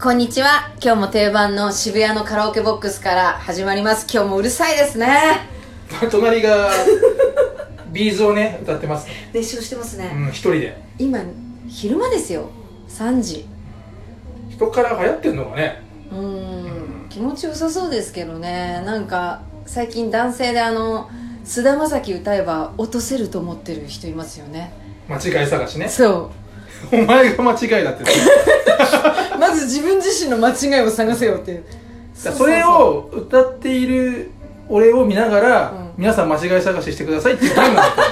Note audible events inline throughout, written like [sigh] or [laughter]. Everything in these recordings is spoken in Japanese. こんにちは今日も定番の渋谷のカラオケボックスから始まります今日もうるさいですね [laughs] 隣がビーズをね歌ってます、熱唱してますうね、ん、一人で今昼間ですよ3時人から流行ってんのがねうーん気持ちよさそうですけどねなんか最近男性であの菅田将暉歌えば落とせると思ってる人いますよね間違い探しねそお前が間違いだってだうまず自分自身の間違いを探せよっていうからそれうを歌っている俺を見ながら、うん皆さん間違い探ししてくださいっていう [laughs] ゲームなんだよ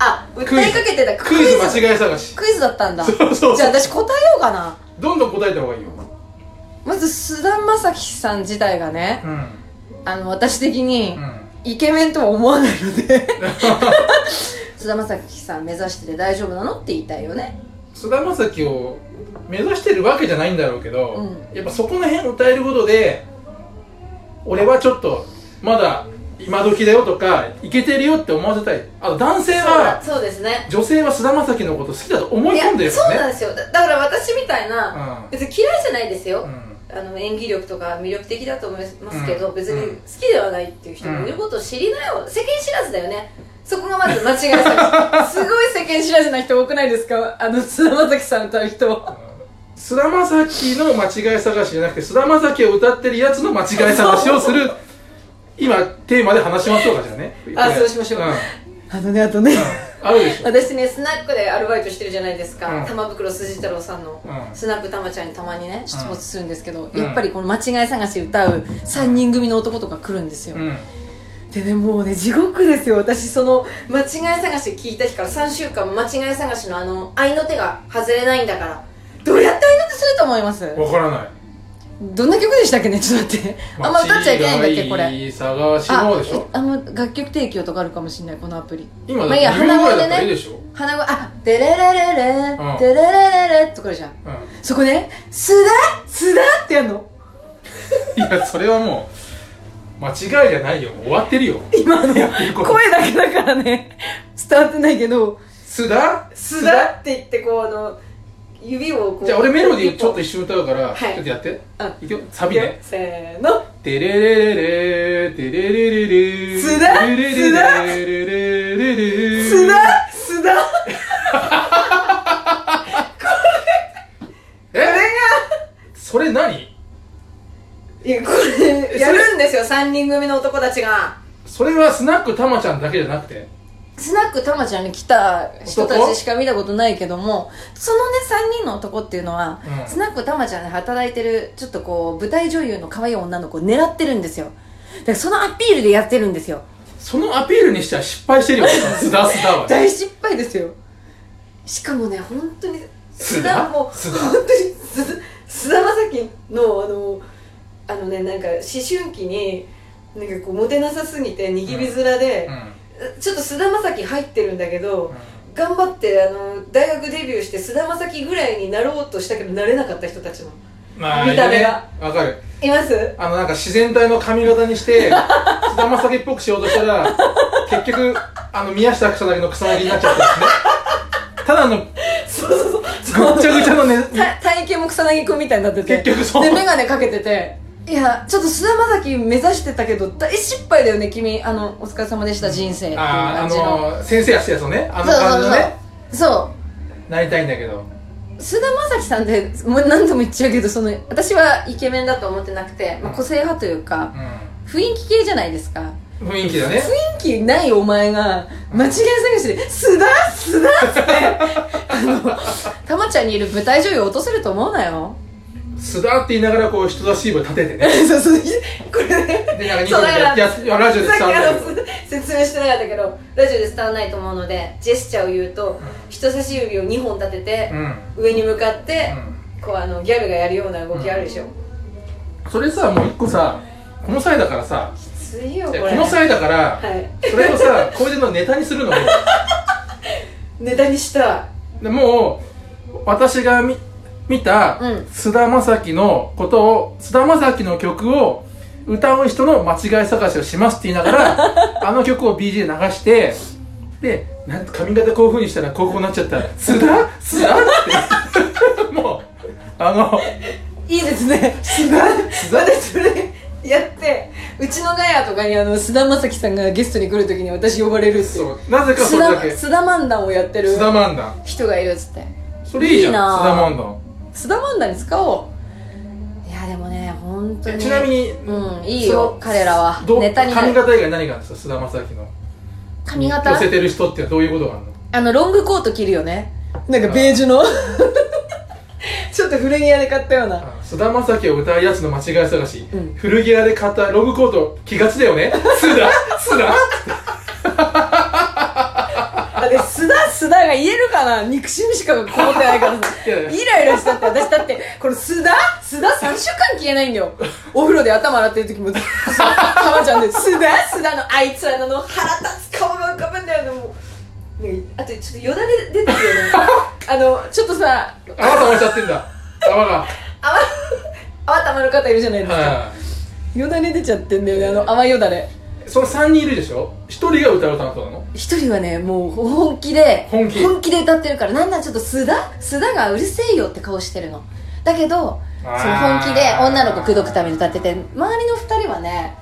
あ訴えかけてたクイズ間違い探しクイズだったんだそうそうそうじゃあ私答えようかなどんどん答えた方がいいよまず菅田将暉さん自体がねうんあの私的にうんイケメンとは思わないの [laughs] で菅田将暉さん目指してて大丈夫なのって言いたいよね菅田将暉を目指してるわけじゃないんだろうけど、うやっぱそこの辺歌えることで俺はちょっとまだ今時だよとかいけてるよって思わせたいあと男性はそうですね女性は菅田将暉のこと好きだと思い込んでるそうよなんねですよだだから私みたいな、別に嫌いじゃないですよ、うんうんあの演技力とか魅力的だと思いますけど、うん別うにん好きではないっていう人もいることを知りなよ、世間知らずだよねそこがまず間違いさ [laughs] すごい世間知らずな人多くないですかあの菅田将暉さん歌う人菅田将暉の間違い探しじゃなくて菅田将暉を歌ってるやつの間違い探しをする今テーマで話しましょうかじゃあねあそうしましょうんんあのねあとねあるでしょ私ねスナックでアルバイトしてるじゃないですか、うん玉袋筋太郎さんの、うんスナック玉ちゃんにたまにね出没するんですけど、うんやっぱりこの間違い探し歌う3人組の男とか来るんですよ、うんでねもうね地獄ですよ私その間違い探し聞いた日から3週間間違い探しのあの愛の手が外れないんだからどうやって愛の手すると思いますわからないどんな曲でしたっけねちょっと待ってあんま歌っちゃいけないんだっけこれれ探しあのでしょえあんま楽曲提供とかあるかもしれないこのアプリ今まだあいっいてや2秒ぐら鼻声いだったらいでいねでしょ花声あデレレレレうんデレレレレとかじゃんうそこねすだすだってやんのんいやそれはもう間違いじゃないよもう終わってるよ今のやってること声だけだからね伝わってないけど須田すだって言ってこうあの指をこうじゃあ俺メロディーちょっと一瞬歌うから、はいちょっとやってあいくよサビねせーの「テレレレレテレレレレ須田テレレレレレレレすだすだえそれ何いやこれやるんですよ3人組の男たちがそれはスナックたまちゃんだけじゃなくてスナックたまちゃんに来た人たちしか見たことないけどもそのね3人の男っていうのは、うんスナックたまちゃんで働いてるちょっとこう舞台女優の可愛い女の子を狙ってるんですよだからそのアピールでやってるんですよそのアピールにしては失敗してるよ須田須田 [laughs] は大失敗ですよしかもね本当に須須田田も須本田当に須須田将暉のあのあのねなんか思春期になんかこうモテなさすぎて握り面で、うちょっと菅田将暉入ってるんだけど、ん頑張ってあの大学デビューして菅田将暉ぐらいになろうとしたけどなれなかった人たちもまあ見た目がいいねわかるいますあのなんか自然体の髪型にして [laughs] 菅田将暉っぽくしようとしたら結局あの宮下草薙の草薙になっちゃったんですねただのぐっそうそうそうちゃぐちゃのね [laughs] た体型も草薙君みたいになってて結局そうで眼鏡かけてていやちょっと菅田将暉目指してたけど大失敗だよね君あのお疲れ様でした人生っていうあーあ感じのの先生やつやつをねあのそう感じのねそうそうそうなりたいんだけど菅田将暉さんってもう何度も言っちゃうけどその私はイケメンだと思ってなくて、まあ、個性派というかう雰囲気系じゃないですかん雰囲気だね雰囲気ないお前が間違い探しで「すだすだ」ってあのたまちゃんにいる舞台女優を落とせると思うなよ須田って言いながらこう人差し指を立ててねそうそうこれねでなんかニそコうニだコやかってらやついやラジオで伝さわっきあるのんだけど説明してなかったけどラジオで伝わらないと思うのでジェスチャーを言うと人差し指を2本立ててう、ん上に向かって、うこうあのギャルがやるような動きあるでしょ、んそれさもう一個さこの際だからさきついよいこやれこの際だからはいそれをさこれでのネタにするのよネタにしたでもう私が見見たうん菅田将暉のことを菅田将暉の曲を歌う人の間違い探しをしますって言いなが [laughs] らあの曲を BG で流してでなん髪型こういうふうにしたら [laughs] こうこうなっちゃった菅田菅田ってもうあのいいですねすごい私それやってうちのガヤとかにあの菅田将暉さんがゲストに来るときに私呼ばれるっていうそうなぜかそれだけ菅田漫談をやってる須田漫談人がいるっつってそれいいじゃいいんな須田漫談菅田漫談に使おういやでもね本当えにちなみににうんいいそよの彼らはどうネタにな髪る型以外何があるんですか須田将暉の髪型寄せてる人ってどういうことがあるのあのロングコート着るよねなんかベージュの [laughs] ちょっと古着屋で買ったようなあ菅田将暉を歌うやつの間違い探し、うん古着屋で買ったロングコート着がちだよね須田須田あで須田須田が言えるかな憎しみしかこもってないからさいやいやイライラしちゃって私だってこれ須田須田3週間消えないんだよお風呂で頭洗ってる時もたまちゃんで「須田須田のあいつらのの腹立つ顔が浮かぶんだよねもうねあとちょっとよだれ出てるよねあのちょっとさ泡溜まっちゃってんだ泡が泡泡たまる方いるじゃないですか、はよだれ出ちゃってんだよねあの甘いよだれいその3人いるでしょ1人が歌う担当なの一人はねもう本気で本気で歌ってるからなんならちょっと須田須田がうるせえよって顔してるのだけどそあーの本気で女の子口説くために歌ってて周りの二人はね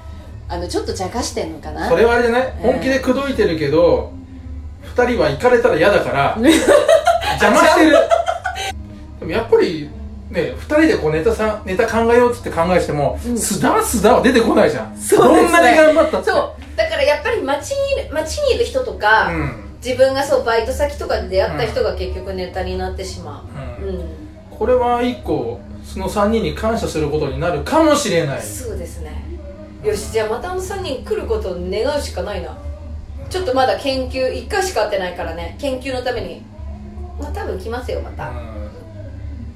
あのちょっと茶化してんのかなそれはあれじゃないえー本気で口説いてるけど2人は行かれたら嫌だから [laughs] 邪魔してるでもやっぱりね2人でこうネタさネタ考えようっつって考えしてもうん須田須田は出てこないじゃそうんですねどんなに頑張ったってそうだからやっぱり街にいる街にいる人とか、うん、自分がそうバイト先とかで出会った人が結局ネタになってしまううんうん、これは一個その3人に感謝することになるかもしれないそうですねよしじゃあまたあの3人来ることを願うしかないなちょっとまだ研究1回しか会ってないからね研究のためにまあ多分来ますよまうた、はん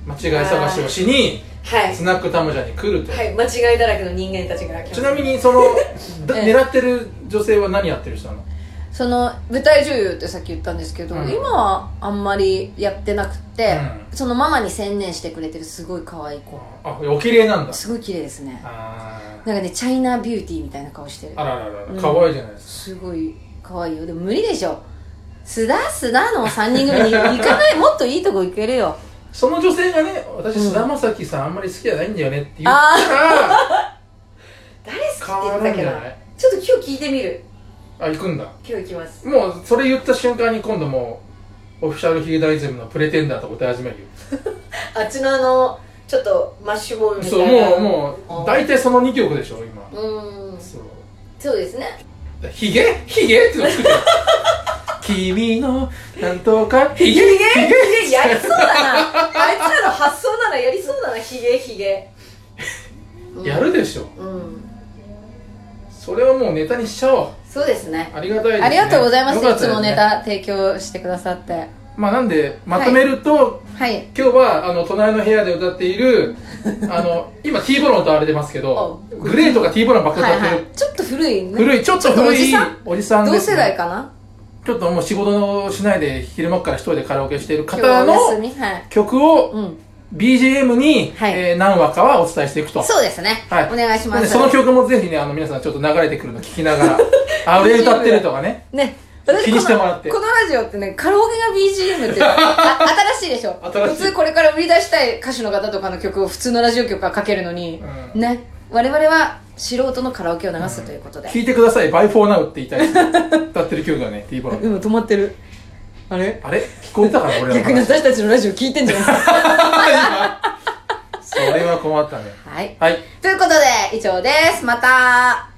間違い探しをしにスいナックタムジャに来ると、はい間違いだらけの人間たちが来ますちなみにその、 [laughs] だええ狙ってる女性は何やってる人なのその舞台女優ってさっき言ったんですけど、うん今はあんまりやってなくて、うそのママに専念してくれてるすごい可愛い子あお綺麗なんだすごい綺麗ですねあーなんかねチャイナビューティーみたいな顔してるあらららうんら可愛いじゃないですすごい可愛いよでも無理でしょ須田須田の3人組に行かないもっといいとこ行けるよか、その女性がね私うん菅田将暉さんあんまり好きじゃないんだよねって言ったら誰好きって変言ってわるたんけじどゃないちょっと今日聞いてみるあ行くんだ今日行きますもうそれ言った瞬間に今度もうオフィシャルヒゲダイズムのプレテンダーとか歌い始めるよあっちのあのちょっとマッシュボールみたいそうなもうもう大体その2曲でしょ今ううーんそうそうですねヒゲヒゲっていうの作ってる君のなんとかヒゲヒゲヒゲやりそうだなあいつらの発想ならやりそうだなヒゲヒゲやるでしょうんそれはもうネタにしちゃおうそうですねありがたいです、ね、ありがとうございます、よかいったつですもねネタ提供してくださってまあなんでまとめると、はい今日はあの隣の部屋で歌って [laughs] いるあの今 T ボロン歌われてますけどグレーとか T ボロンばっかりはい歌ってる、はいちょっと古いね古いちょっと古いちょっとおじさん同です、世ね、代かなちょっともう仕事をしないで昼間から一人でカラオケしている今日は方お休のみはい曲をうん BGM に、はいえー何話かはお伝えしていくとそうですね、はいお願いしまですその曲もぜひねあの皆さんちょっと流れてくるの聞きな [laughs] がらあ俺歌ってるとかねね気にしてもらってこのこのラジオってねカラオケが BGM って [laughs] あ新しいでしょ新しい普通これから売り出したい歌手の方とかの曲を普通のラジオ曲がかけるのに、うんね我々は素人のカラオケを流すということで、聞いてください「By for Now」って言いたい歌ってる曲 [laughs] がね T ボロンうん、止まってるあれあれ聞こえたかな俺らの逆に話私たちのラジオ聞いてんじゃないですか [laughs] それは困ったねはいはいということで以上ですまた